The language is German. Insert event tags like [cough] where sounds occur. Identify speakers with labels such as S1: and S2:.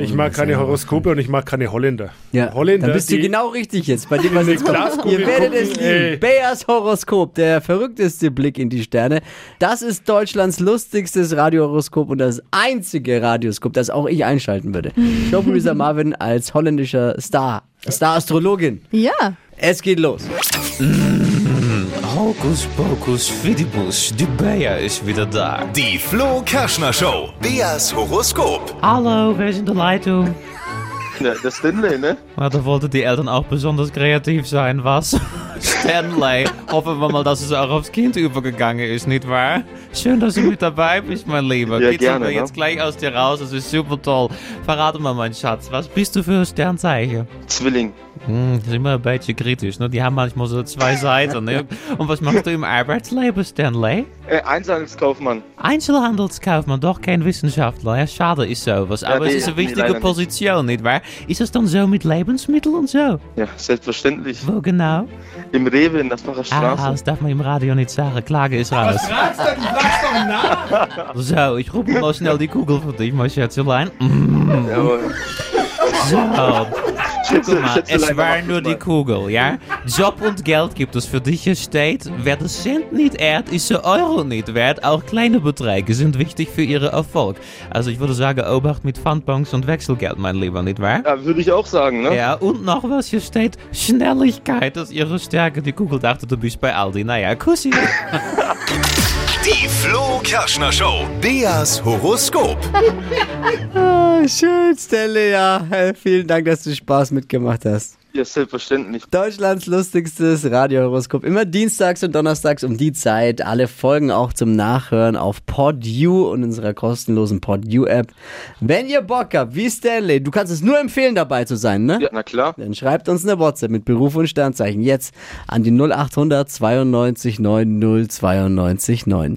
S1: ich mag keine Horoskope und ich mag keine Holländer.
S2: Ja,
S1: Holländer,
S2: dann bist du
S1: die-
S2: genau richtig jetzt bei dem, was
S1: Eine
S2: jetzt kommt.
S1: Glaskugel
S2: Ihr werdet es
S1: gucken, ey.
S2: lieben. Bayers Horoskop, der verrückteste Blick in die Sterne. Das ist Deutschlands lustigstes Radiohoroskop und das einzige Radioskop, das auch ich einschalten [laughs] würde. Showproducer Marvin als holländischer Star, Star-Astrologin.
S3: Ja.
S2: Es geht los.
S4: Hokus pokus fidibus, die Beja is wieder da.
S5: Die Flo Kerschner Show. Beas Horoskop.
S6: Hallo, wer is in de Leitung?
S7: Ja, der Stanley, ne?
S6: Maar dan wollten die Eltern auch besonders kreativ sein, was? Stanley, hoffen wir mal, dass es auch aufs Kind übergegangen ist, nicht wahr? Schön, dass du mit dabei bist, mein Lieber.
S7: Ja,
S6: Kitzeln
S7: gerne,
S6: wir
S7: ne?
S6: jetzt gleich aus dir raus, das ist super toll. Verrate mal, mein Schatz, was bist du für ein Sternzeichen?
S7: Zwilling.
S6: Hm, das ist immer ein bisschen kritisch, ne? Die haben manchmal so zwei Seiten,
S7: [laughs]
S6: ne? Und was machst du im Arbeitsleben, Stanley?
S7: Äh, Einzelhandelskaufmann.
S6: Einzelhandelskaufmann, doch kein Wissenschaftler. Ja, schade ist sowas.
S7: Ja,
S6: Aber
S7: nee,
S6: es ist eine
S7: nee,
S6: wichtige
S7: leider nicht.
S6: Position, nicht wahr? Ist das dann so mit Lebensmitteln und so?
S7: Ja, selbstverständlich.
S6: Wo genau?
S7: Im Rewe in der Facher
S6: Ah,
S7: Straße.
S6: das darf man im Radio nicht sagen. Klage ist raus. Was fragst du? Du fragst doch nach! So, ich rufe mal schnell die Kugel für dich, mein [laughs] Schätzelein.
S7: Jawohl.
S6: So, guck mal, es
S7: Schätzelein,
S6: war
S7: mach
S6: nur
S7: das
S6: die
S7: mal.
S6: Kugel, ja? Job und Geld dus gibt es für dich hier steht. Wer de Cent nicht ehrt, ist der Euro nicht wert. Auch kleine Beträge sind wichtig für ihren Erfolg. Also ich würde sagen, Obacht mit Pfandbons und Wechselgeld, mein Lieber, nicht wahr?
S7: Ja, würde ich auch sagen, ne?
S6: Ja, und noch was hier steht, Schnelligkeit ist ihre Stärke. Die Kugel dachte, du bist bei Aldi. Nou Naja, Kussi.
S5: Die Flo Kerschner Show. Beas Horoskop.
S2: Ah, schön, Stelle, ja. Äh, Vielen Dank, dass du Spaß mitgemacht hast.
S7: Ja, selbstverständlich.
S2: Deutschlands lustigstes Radiohoroskop. Immer dienstags und donnerstags um die Zeit. Alle Folgen auch zum Nachhören auf PodU und unserer kostenlosen PodU-App. Wenn ihr Bock habt, wie Stanley, du kannst es nur empfehlen, dabei zu sein, ne?
S7: Ja, na klar.
S2: Dann schreibt uns eine WhatsApp mit Beruf und Sternzeichen jetzt an die 0800 92 90 92 9.